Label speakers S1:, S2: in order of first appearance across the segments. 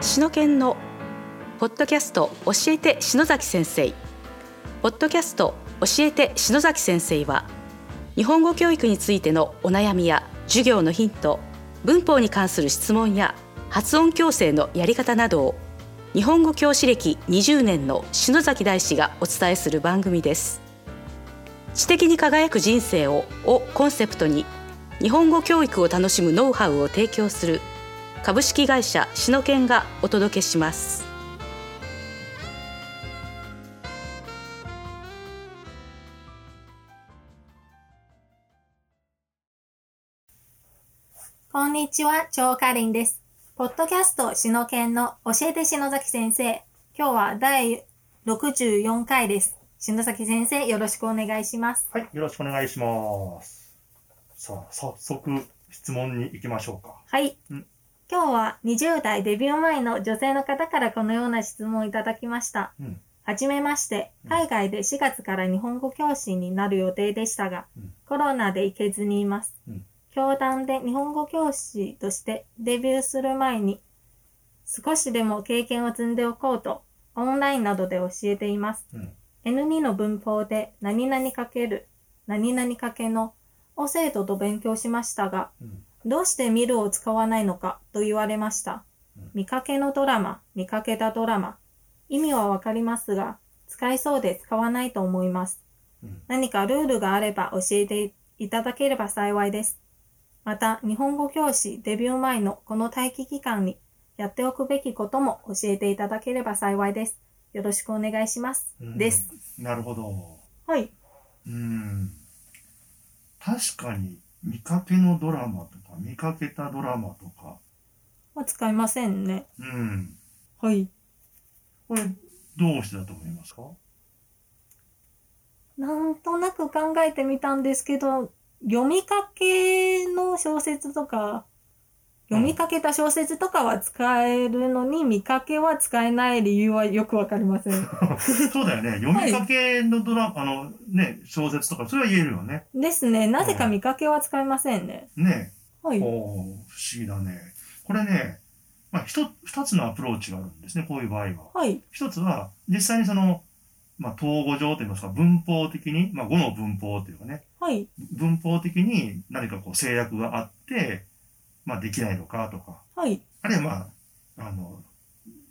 S1: 篠研のポッドキャスト教えて篠崎先生ポッドキャスト教えて篠崎先生は日本語教育についてのお悩みや授業のヒント文法に関する質問や発音矯正のやり方などを日本語教師歴20年の篠崎大師がお伝えする番組です知的に輝く人生ををコンセプトに日本語教育を楽しむノウハウを提供する株式会社篠研がお届けします
S2: こんにちは、張かりんです。ポッドキャスト、しのけんの教えてしのざき先生。今日は第64回です。しのざき先生、よろしくお願いします。
S3: はい、よろしくお願いします。さあ、早速質問に行きましょうか。
S2: はい。
S3: うん
S2: 今日は20代デビュー前の女性の方からこのような質問をいただきました。
S3: うん、
S2: はじめまして
S3: う、ん
S2: 海外で4月から日本語教師になる予定でしたが、
S3: うん
S2: コロナで行けずにいます。
S3: うん
S2: 教団で日本語教師としてデビューする前に、少しでも経験を積んでおこうと、オンラインなどで教えています。
S3: うん、
S2: N2 の文法で何々かける、何々かけのを生徒と勉強しましたが、
S3: うん、
S2: どうして見るを使わないのかと言われました
S3: うん。
S2: 見かけのドラマ、見かけたドラマ。意味はわかりますが、使いそうで使わないと思います。
S3: うん、
S2: 何かルールがあれば教えていただければ幸いです。また、日本語教師デビュー前のこの待機期間にやっておくべきことも教えていただければ幸いです。よろしくお願いします。
S3: うん
S2: です。
S3: なるほど。
S2: はい。
S3: うん。確かに、見かけのドラマとか、見かけたドラマとか、
S2: まあ、使いませんね。
S3: うん。
S2: はい。
S3: これ、どうしてだと思いま すか
S2: なんとなく考えてみたんですけど、読みかけの小説とか、
S3: うん
S2: 読みかけた小説とかは使えるのに、見かけは使えない理由はよくわかりま せん。
S3: そうだよね。読みかけのドラマ、あの、ね、小説とか、それは言えるよね。
S2: ですね。なぜか見かけは使えませんね。
S3: ね。
S2: は
S3: おー
S2: い
S3: 不。思議だね。これね、まあ、ひと二つのアプローチがあるんですね、こういう場合は。
S2: はい。
S3: 一つは、実際にその、まあ、統合上といいますか、文法的に、まあ、語の文法というかね、
S2: はい。
S3: 文法的に何かこう制約があって、まあ、できないのかとか、
S2: はい。
S3: あるいはまあ、あの、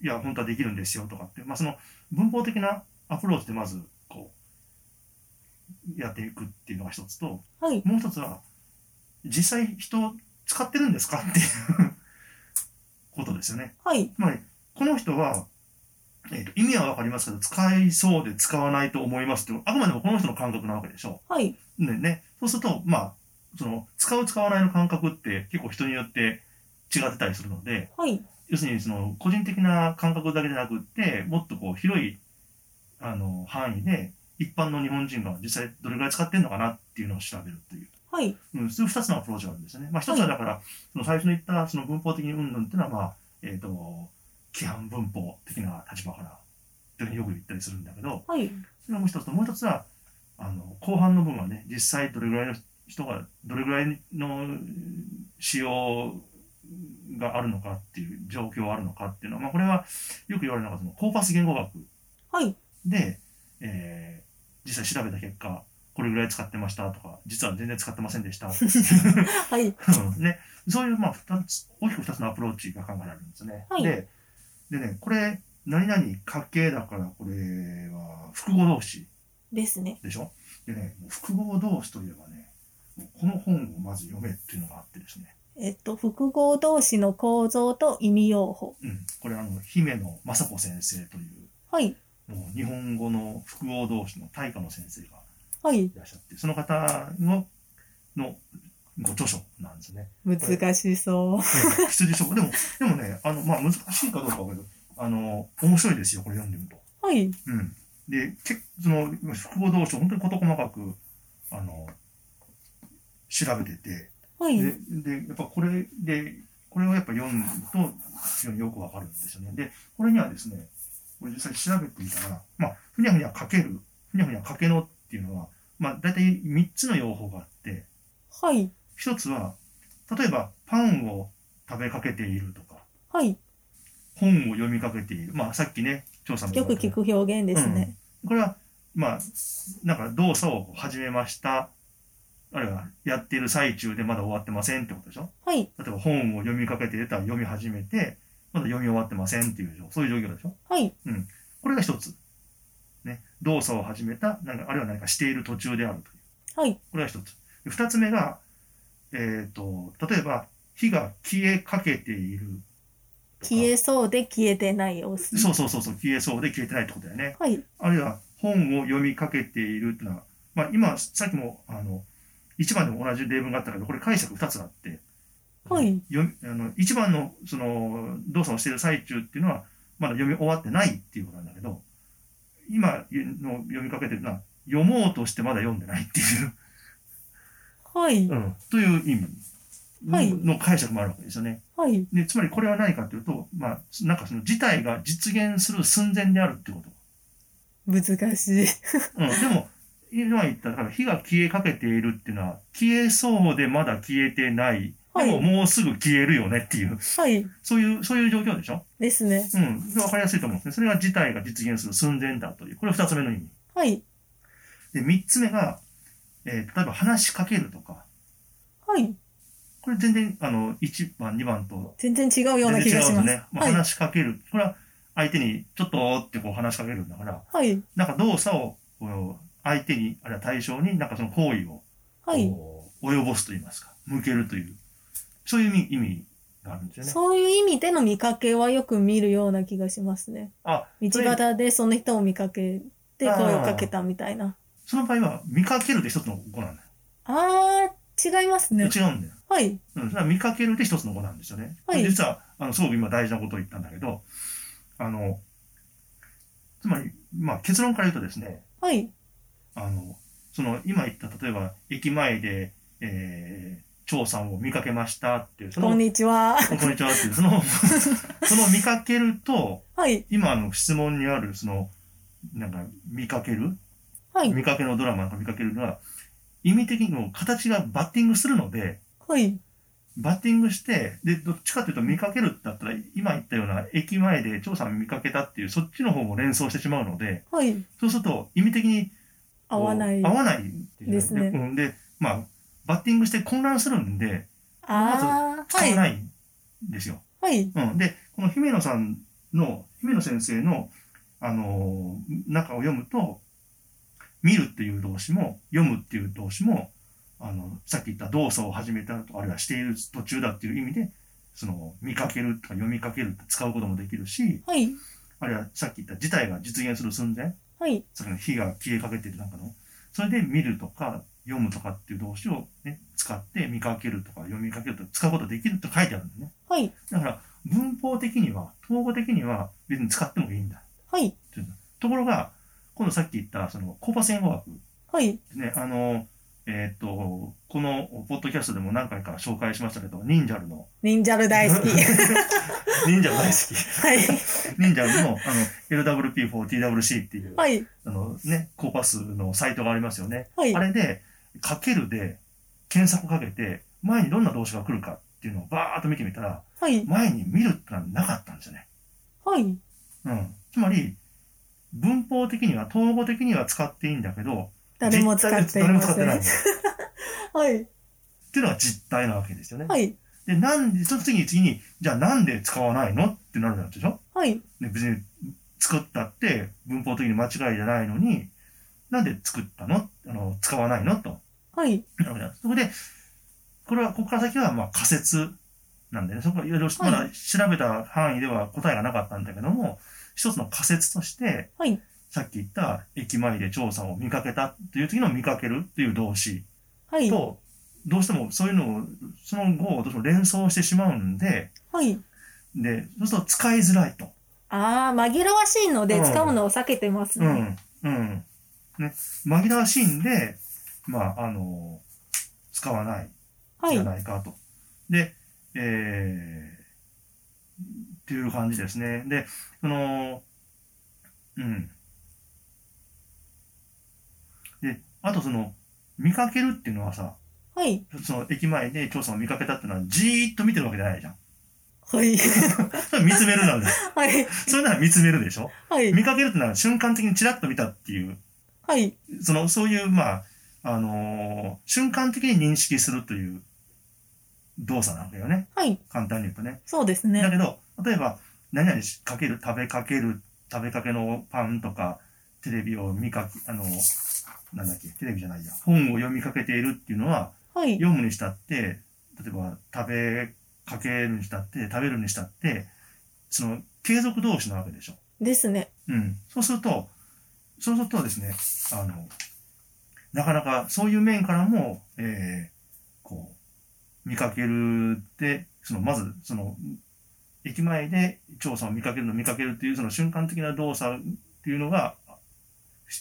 S3: いや、本当はできるんですよとかって、まあ、その文法的なアプローチでまず、こう、やっていくっていうのが一つと、
S2: はい。
S3: もう一つは、実際人使ってるんですかっていうことですよね。
S2: はい。
S3: つまり、この人は、えーと意味はわかりますけど、使いそうで使わないと思いますっていう、あくまでもこの人の感覚なわけでしょ
S2: はい。
S3: う。ね、ね。そうすると、まあ、その、使う使わないの感覚って結構人によって違ってたりするので、
S2: はい。
S3: 要するにその、個人的な感覚だけじゃなくって、もっとこう、広い、あの、範囲で、一般の日本人が実際どれぐらい使ってるのかなっていうのを調べるという。
S2: はい。
S3: うん、そういう二つのアプローチがあるんですよね。まあ一つはだから、その最初に言ったその文法的にうんぬんっていうのは、まあ、えっ、と、規範文法的な立場から、というふうによく言ったりするんだけど、
S2: はい。
S3: それがもう一つと、もう一つは、あの、後半の部分はね、実際どれぐらいの人が、どれぐらいのうん使用があるのかっていう、状況があるのかっていうのは、まあこれはよく言われるのが、その、コーパス言語学
S2: はい。
S3: で、えー実際調べた結果、これぐらい使ってましたとか、実は全然使ってませんでしたっていう
S2: はい。
S3: うんね、そういう、まあ、二つ、大きく二つのアプローチが考えられるんですね。
S2: はい
S3: で、でね、これ、何々家系だから、これは複合動詞
S2: ですね。
S3: でしょでね、もう複合動詞といえばね、もうこの本をまず読めっていうのがあってですね、
S2: えっと、複合動詞の構造と意味用法。
S3: うん、これあの、姫野雅子先生という、
S2: はい。
S3: もう日本語の複合動詞の大家の先生が
S2: はい。
S3: いらっしゃって、その方の、のご著書なんですね。
S2: 難しそう。
S3: 羊食でも、でもね、あの、まあ、難しいかどうかはわかるけど、あの、面白いですよ、これ読んでみると。
S2: はい。
S3: うん。で、けその、複合同士を本当に事細かく、あの、調べてて、
S2: はい。
S3: で、で、やっぱこれで、これをやっぱ読むと、非常によくわかるんですよね。で、これにはですね、これ実際調べてみたら、まあ、ふにゃふにゃかける、ふにゃふにゃかけのっていうのは、まあ、大体3つの用法があって、
S2: はい。
S3: 1つは、例えば、パンを食べかけているとか、
S2: はい。
S3: 本を読みかけている。まあ、さっきね、調査の
S2: よく聞く表現ですね。
S3: これは、まあ、なんか動作を始めました。あるいは、やっている最中でまだ終わってませんってことでしょ
S2: はい、
S3: 例えば本を読みかけていたら読み始めて、まだ読み終わってませんっていう状、そういう状況でしょ
S2: はい、
S3: これが一つ。ね。動作を始めた、なんか、あるいは何かしている途中であるという。
S2: はい、
S3: これが一つ。で二つ目が、えっ、と、例えば、火が消えかけている。
S2: 消えそうで消えてない様子。
S3: そうそうそうそう、消えそうで消えてないってことだよね。
S2: はい、
S3: あるいは本を読みかけているっていうのは、まあ今、さっきも、あの、一番でも同じ例文があったけど、これ解釈二つあって、
S2: はい、
S3: 読みあの一番の、その、動作をしている最中っていうのは、まだ読み終わってないっていうことなんだけど、今の読みかけてるのは、読もうとしてまだ読んでないっていう、
S2: はい、
S3: という意味
S2: はい
S3: の解釈もあるわけですよね。
S2: はい、
S3: で、つまりこれは何かというと、まあ、なんかその事態が実現する寸前であるってこと。
S2: 難しい。
S3: うん、でも、今言った、だから火が消えかけているっていうのは、消えそうでまだ消えてない。で
S2: はい
S3: ももうすぐ消えるよねっていう、
S2: はい、
S3: そういう、そういう状況でしょ
S2: ですね。
S3: うん。でわかりやすいと思うんですね。それが事態が実現する寸前だという。これ二つ目の意味。
S2: はい、
S3: で、三つ目が、えー例えば話しかけるとか。
S2: はい、
S3: これ全然、あの、一番、二番と
S2: 全然違うような気がし
S3: と
S2: ます。
S3: ね。まあ、
S2: はい、
S3: 話しかける。これは相手に、ちょっとってこう話しかけるんだから、
S2: はい、
S3: なんか動作を、こう相手に、あるいは対象に、なんかその行為を、
S2: はい。
S3: こう及ぼすと言いますか、向けるという、そういう意味意味があるんですよね。
S2: そういう意味での見かけはよく見るような気がしますね。
S3: あ、
S2: 道
S3: それ
S2: 端でその人を見かけて声をかけたみたいな。
S3: その場合は、見かけるで一つの語なんだよ。
S2: あー、違いますね。
S3: 違うんだよ。
S2: はい、
S3: うん、それは見かけるで一つの語なんですよね。
S2: はい
S3: 実は、あの、すごく今大事なことを言ったんだけど、あの、つまり、まあ結論から言うとですね、
S2: はい、
S3: あの、その、今言った、例えば、駅前で、えー、張さんを見かけましたっていう、その、
S2: こんにちは。
S3: こんにちはっていう、その、 その見かけると、
S2: はい、
S3: 今あの質問にある、その、なんか、見かける
S2: はい、
S3: 見かけのドラマなんか見かけるのは、意味的にも形がバッティングするので、
S2: はい、
S3: バッティングして、で、どっちかというと見かけるってだったら、今言ったような駅前で張さん見かけたっていう、そっちの方も連想してしまうので、
S2: はい。
S3: そうすると意味的に
S2: 合わない。
S3: 合わないっていう
S2: ですね
S3: うんで、まあ、バッティングして混乱するんで、
S2: ああ、
S3: 使わ
S2: はい。
S3: ないんですよ。
S2: はい。
S3: うん。で、この姫野さんの、姫野先生の、あのー中を読むと、見るっていう動詞も、読むっていう動詞も、あの、さっき言った動作を始めたと、あるいはしている途中だっていう意味で、その、見かけるとか読みかけるって使うこともできるし、
S2: はい。
S3: あるいはさっき言った事態が実現する寸前、
S2: はい。
S3: さっきの火が消えかけてるなんかの、それで見るとか読むとかっていう動詞をね、使って見かけるとか読みかけるとか使うことできると書いてあるんだね。
S2: はい。
S3: だから文法的には、統合的には別に使ってもいいんだ。
S2: はい。
S3: ところが、今度さっき言ったそのコーパス言語学
S2: はい。
S3: ね、あの、えーっと、このポッドキャストでも何回か紹介しましたけど、忍者ルの、
S2: 忍者ル大好き。
S3: 忍者ル大好
S2: はい。
S3: き。忍者ルのあの LWP4TWC っていう、
S2: はい。
S3: あのね、コーパスのサイトがありますよね。
S2: はい
S3: あ。れで、かけるで検索かけて、前にどんな動詞が来るかっていうのをバーッと見てみたら、
S2: はい。
S3: 前に見るってのはなかったんですよね。
S2: はい。
S3: うん。つまり、文法的には、統合的には使っていいんだけど、
S2: 誰も使ってい
S3: 誰も
S2: ま
S3: 使っ
S2: せ
S3: て
S2: ん。
S3: ない。
S2: は
S3: っ
S2: い。
S3: ていうのが実態なわけですよね。
S2: はい。
S3: で、なんで、その次に次に、じゃあなんで使わないのってなるわけでしょ
S2: はい。
S3: ね、別に作ったって文法的に間違いじゃないのに、なんで作ったのあの、使わないのと。
S2: はい。
S3: なるほどそこで、これは、ここから先は、まあ仮説なんでね、そこはいろいろ、まだ調べた範囲では答えがなかったんだけども、一つの仮説として、
S2: はい
S3: さっき言った駅前で調査を見かけたという時の見かけるっていう動詞
S2: はい。
S3: と、どうしてもそういうのを、その語をどうしても連想してしまうんで、
S2: はい。
S3: で、そうすると使いづらいと。
S2: ああ、紛らわしいので使うのを避けてます
S3: う
S2: ね。
S3: ん、うん。ね、紛らわしいんで、まあ、あの、使わない。
S2: は
S3: じ
S2: い
S3: ゃ。ないかと。で、えー、っていう感じですね。で、その、うん。で、あとその、見かけるっていうのはさ、
S2: はい。
S3: その駅前で調査を見かけたっていうのは、じーっと見てるわけじゃないじゃん。
S2: はい。
S3: 見つめるな んです。
S2: はい。
S3: それなら見つめるでしょ
S2: はい。
S3: 見かけるってのは瞬間的にチラッと見たっていう、
S2: はい。
S3: その、そういう、まあ、あのー瞬間的に認識するという動作なんだよね。
S2: はい。
S3: 簡単に言うとね。
S2: そうです
S3: だ
S2: ね。
S3: けど、例えば、何々しかける、食べかける、食べかけのパンとか、テレビを見かけ、あのーなんだっけ、テレビじゃないや、本を読みかけているっていうのは、
S2: はい。
S3: 読むにしたって、例えば食べかけるにしたって、食べるにしたって、その継続同士なわけでしょ。
S2: ですね。
S3: うん。そうすると、そうするとですね、あの、なかなかそういう面からも、えーこう、見かけるって、その、まず、その、駅前で調査を見かけるの見かけるっていう、その瞬間的な動作っていうのが、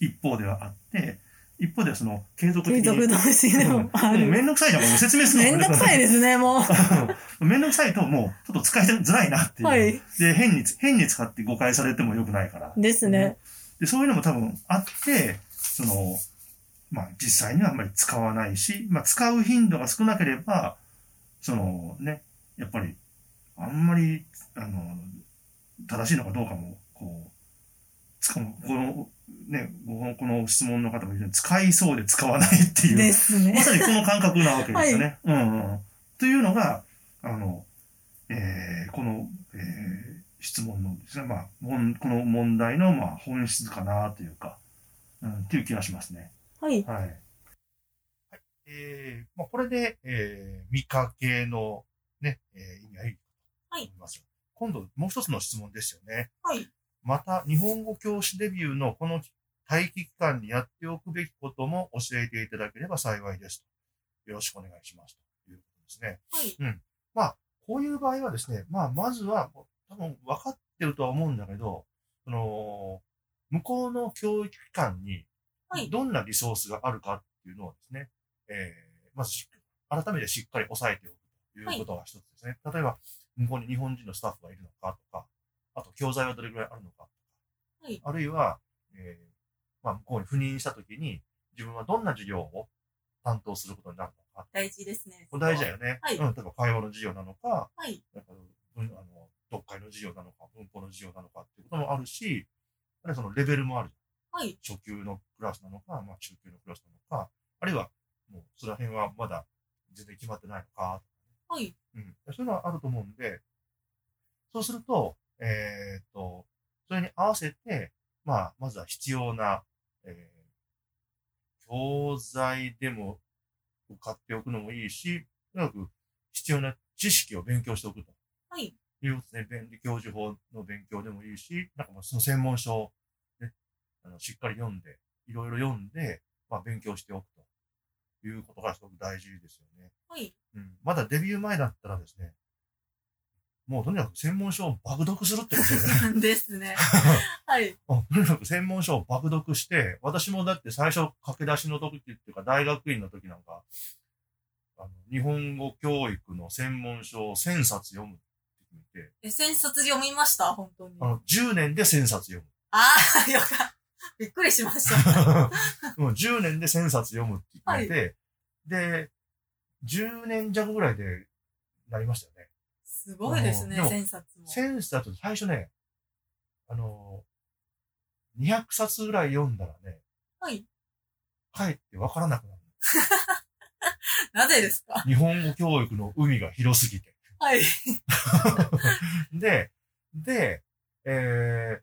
S3: 一方ではあって、一方ではその、継続的
S2: 継
S3: に。
S2: 続同士でもあ
S3: もうめ
S2: る。
S3: んどくさいじゃん、もう説明する
S2: め
S3: の
S2: んどくさい ですね、もう。
S3: うんめんどくさいと、もう、ちょっと使いづらいなっていう。
S2: はい
S3: で、変に、変に使って誤解されても良くないから。
S2: です ね。
S3: で、そういうのも多分あって、その、まあ、実際にはあんまり使わないし、まあ、使う頻度が少なければ、そのね、やっぱり、あんまり、あの、正しいのかどうかも、こう、しかも、この、ね、ごこの質問の方も言うように使いそうで使わないっていう。
S2: です
S3: ま
S2: ね。
S3: さにこの感覚なわけですよね。うんうん。というのが、あの、えーこの、えー質問のですね、まあ、もんこの問題の、まあ、本質かなというか、うん、という気がしますね。
S2: はい。
S3: はい。えーまあ、これで、えー見かけの、ね、えー意味はいい
S2: は
S3: と
S2: い
S3: 思いますよ。今度、もう一つの質問ですよね。
S2: はい。
S3: また、日本語教師デビューのこの待機期間にやっておくべきことも教えていただければ幸いです。よろしくお願いします。ということですね。
S2: はい。
S3: うん。まあ、こういう場合はですね、まあ、まずは、多分分かってるとは思うんだけど、その、向こうの教育機関に
S2: はい、
S3: どんなリソースがあるかっていうのをですね、えーまずし、改めてしっかり押さえておくということが一つですね。例えば、向こうに日本人のスタッフがいるのかとか、あと教材はどれぐらいあるのかとか、
S2: はい
S3: あるいは、えーまあ、向こうに赴任したときに、自分はどんな授業を担当することになるのか。
S2: 大事ですね
S3: これ大事だよね。
S2: はい
S3: うん、例えば会話の授業なのか、
S2: はい。
S3: なんか文あの読解の授業なのか、文法の授業なのかっていうこともあるし、あるいはそのレベルもある。
S2: はい。
S3: 初級のクラスなのか、まあ、中級のクラスなのか、あるいは、もう、その辺はまだ全然決まってないのか、
S2: はい。
S3: うん。そういうのはあると思うんで、そうすると、えーっと、それに合わせて、まあ、まずは必要な、えー教材でも買っておくのもいいし、とにかく必要な知識を勉強しておくと。
S2: はい。
S3: いうことですね。便利教授法の勉強でもいいし、なんかもうその専門書を、ね、あのしっかり読んで、いろいろ読んで、まあ、勉強しておくということがすごく大事ですよね。
S2: はい。
S3: うん、まだデビュー前だったらですね、もうとにかく専門書を爆読するってことですよね。
S2: ですね。はい。
S3: うんとにかく専門書を爆読して、私もだって最初駆け出しの時っていうか大学院の時なんか、あの日本語教育の専門書を1000冊読むって言って、
S2: え、先卒読みました本当に
S3: あの10年で1000冊読む。
S2: ああ、よかった。びっくりしました。
S3: もう10年で1000冊読むって言って、で、10年弱ぐらいでなりましたよね。
S2: すごいですね、
S3: うんでも
S2: 千冊も。
S3: 1000冊だと最初ね、あのー、200冊ぐらい読んだらね、
S2: はい。
S3: かえってわからなくなる。
S2: なぜですか
S3: 日本語教育の海が広すぎて。
S2: はい。
S3: で、で、えー、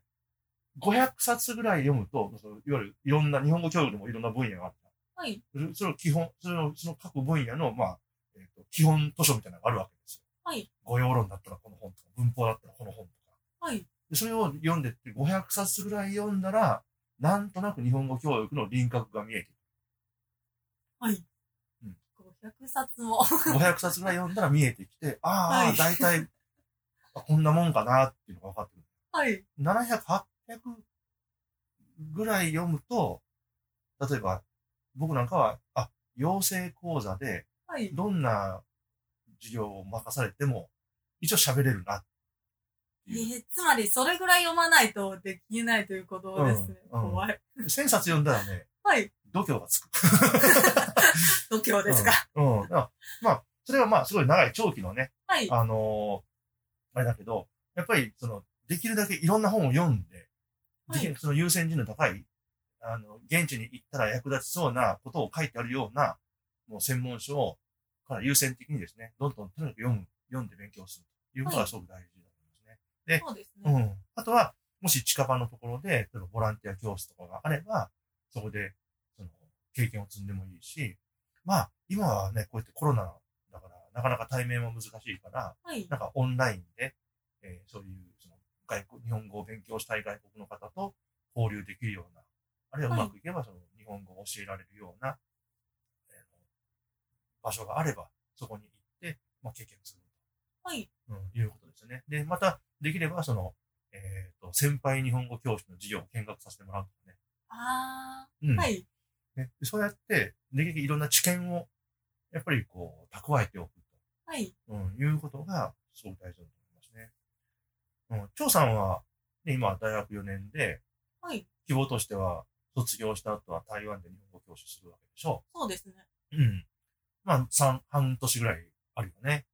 S3: 500冊ぐらい読むと、そのいわゆるいろんな、日本語教育でもいろんな分野がある。
S2: はい。
S3: それそれを基本、それをその各分野の、まあ、えっ、と、基本図書みたいなのがあるわけですよ。
S2: はい。
S3: 語用論だったらこの本とか、文法だったらこの本とか。
S2: はい。
S3: でそれを読んでって500冊ぐらい読んだら、なんとなく日本語教育の輪郭が見えて
S2: 500冊も。
S3: くる。500冊ぐらい読んだら見えてきて、ああ、
S2: はい
S3: 大体、あこんなもんかなっていうのが分かってくる。
S2: はい。
S3: 700、800ぐらい読むと、例えば、僕なんかは、あ、養成講座で、
S2: はい。
S3: どんな授業を任されても、一応喋れるな。
S2: えー、つまり、それぐらい読まないとできないということですね。
S3: うんうん
S2: 怖い。
S3: 千冊読んだらね、
S2: はい。
S3: 度胸がつく。
S2: 度胸ですか。
S3: うん。うん。まあ、それはまあ、すごい長い長期のね、
S2: はい。
S3: あのあれだけど、やっぱりその、できるだけいろんな本を読んで、
S1: はい
S3: でその優先順位の高い、あの、現地に行ったら役立ちそうなことを書いてあるような、もう専門書を、から優先的にですね、どんどんとにかく読む、読んで勉強するということがすごく大事だと思いますね。
S1: そうです
S3: う
S1: ね。
S3: ん。あとは、もし近場のところで、例えばボランティア教室とかがあれば、そこで、その、経験を積んでもいいし、まあ、今はね、こうやってコロナだから、なかなか対面は難しいから、
S1: はい。
S3: なんかオンラインで、えーそういう、その、外国、日本語を勉強したい外国の方と交流できるような、あるいはうまくいけば、その、日本語を教えられるような、えー場所があれば、そこに行って、まあ、経験する。
S1: はい。
S3: うん、いうことですよね。で、また、できれば、その、えっ、と、先輩日本語教師の授業を見学させてもらうとかね。
S1: あ
S3: う
S1: あ。
S3: ん。
S1: はい。
S3: ね、そうやって、できるだけいろんな知見を、やっぱりこう、蓄えておく
S1: はい。
S3: と、うん、いうことが、すごく大事だと思いますね。うん、張さんは、ね、今、大学4年で、
S1: はい。
S3: 希望としては、卒業した後は台湾で日本語教師するわけでしょ
S1: そうですね。
S3: う。うん。まあ、三、半年ぐらいあるよね。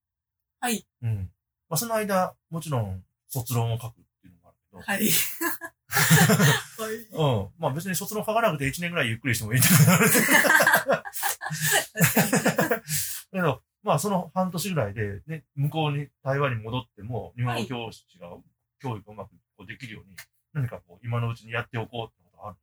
S1: はい。
S3: うん。まあ、その間、もちろん、卒論を書くっていうのもあるけど、
S1: はい。 はい
S3: うん。まあ別に卒論書かなくて1年ぐらいゆっくりしてもいいんだけど。
S1: 確かに
S3: だけど、まあその半年ぐらいで、ね、向こうに台湾に戻っても、日本語教師が教育をうまくこうできるように、何かこう今のうちにやっておこうってことある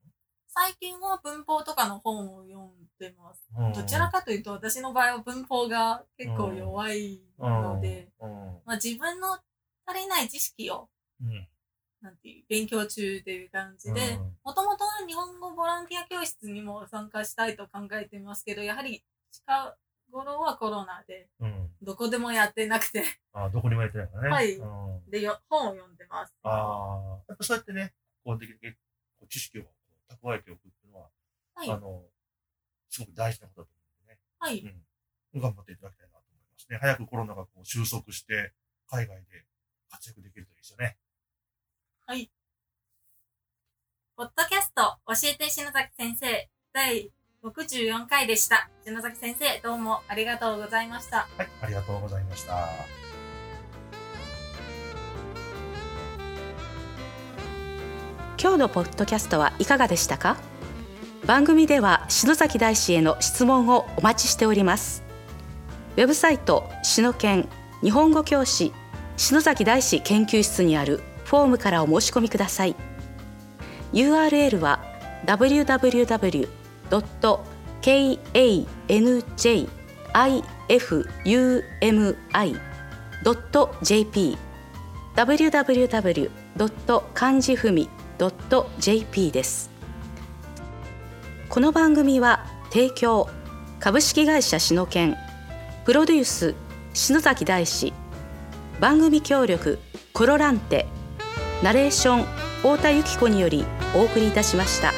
S1: 最近は文法とかの本を読んでます。
S3: の、うん、
S1: どちらかというと、私の場合は文法が結構弱いので、
S3: うん。
S1: まあ自分の足りない知識を、
S3: うん。
S1: なんていう、勉強中という感じで、
S3: うん
S1: もともとは日本語ボランティア教室にも参加したいと考えてますけど、やはり近頃はコロナで、
S3: うん。
S1: どこでもやってなくて、
S3: あどこにもやってないからね。
S1: はい
S3: うん
S1: で、よ本を読んでます。
S3: ああ、やっぱそうやってね、こうできるだけこう知識をこう蓄えておくっていうのは、
S1: はい
S3: あの、すごく大事なことだと
S1: は
S3: 思
S1: い。
S3: うんでね。うん。頑張っていただきたいなと思いますね。早くコロナがこう収束して、海外で活躍できるといいですよね。
S1: ポッドキャスト教えて篠崎先生第64回でした。篠崎先生どうもありがとうございました。
S3: はい、ありがとうございました。
S1: 今日のポッドキャストはいかがでしたか番組では篠崎大師への質問をお待ちしておりますウェブサイト篠研日本語教師篠崎大師研究室にあるフォームからお申し込みください URL は www.kanjifumi.jp www. 漢字ふみ .jp ですこの番組は提供株式会社篠研プロデュース篠崎大志番組協力コロランテナレーション太田由紀子によりお送りいたしました。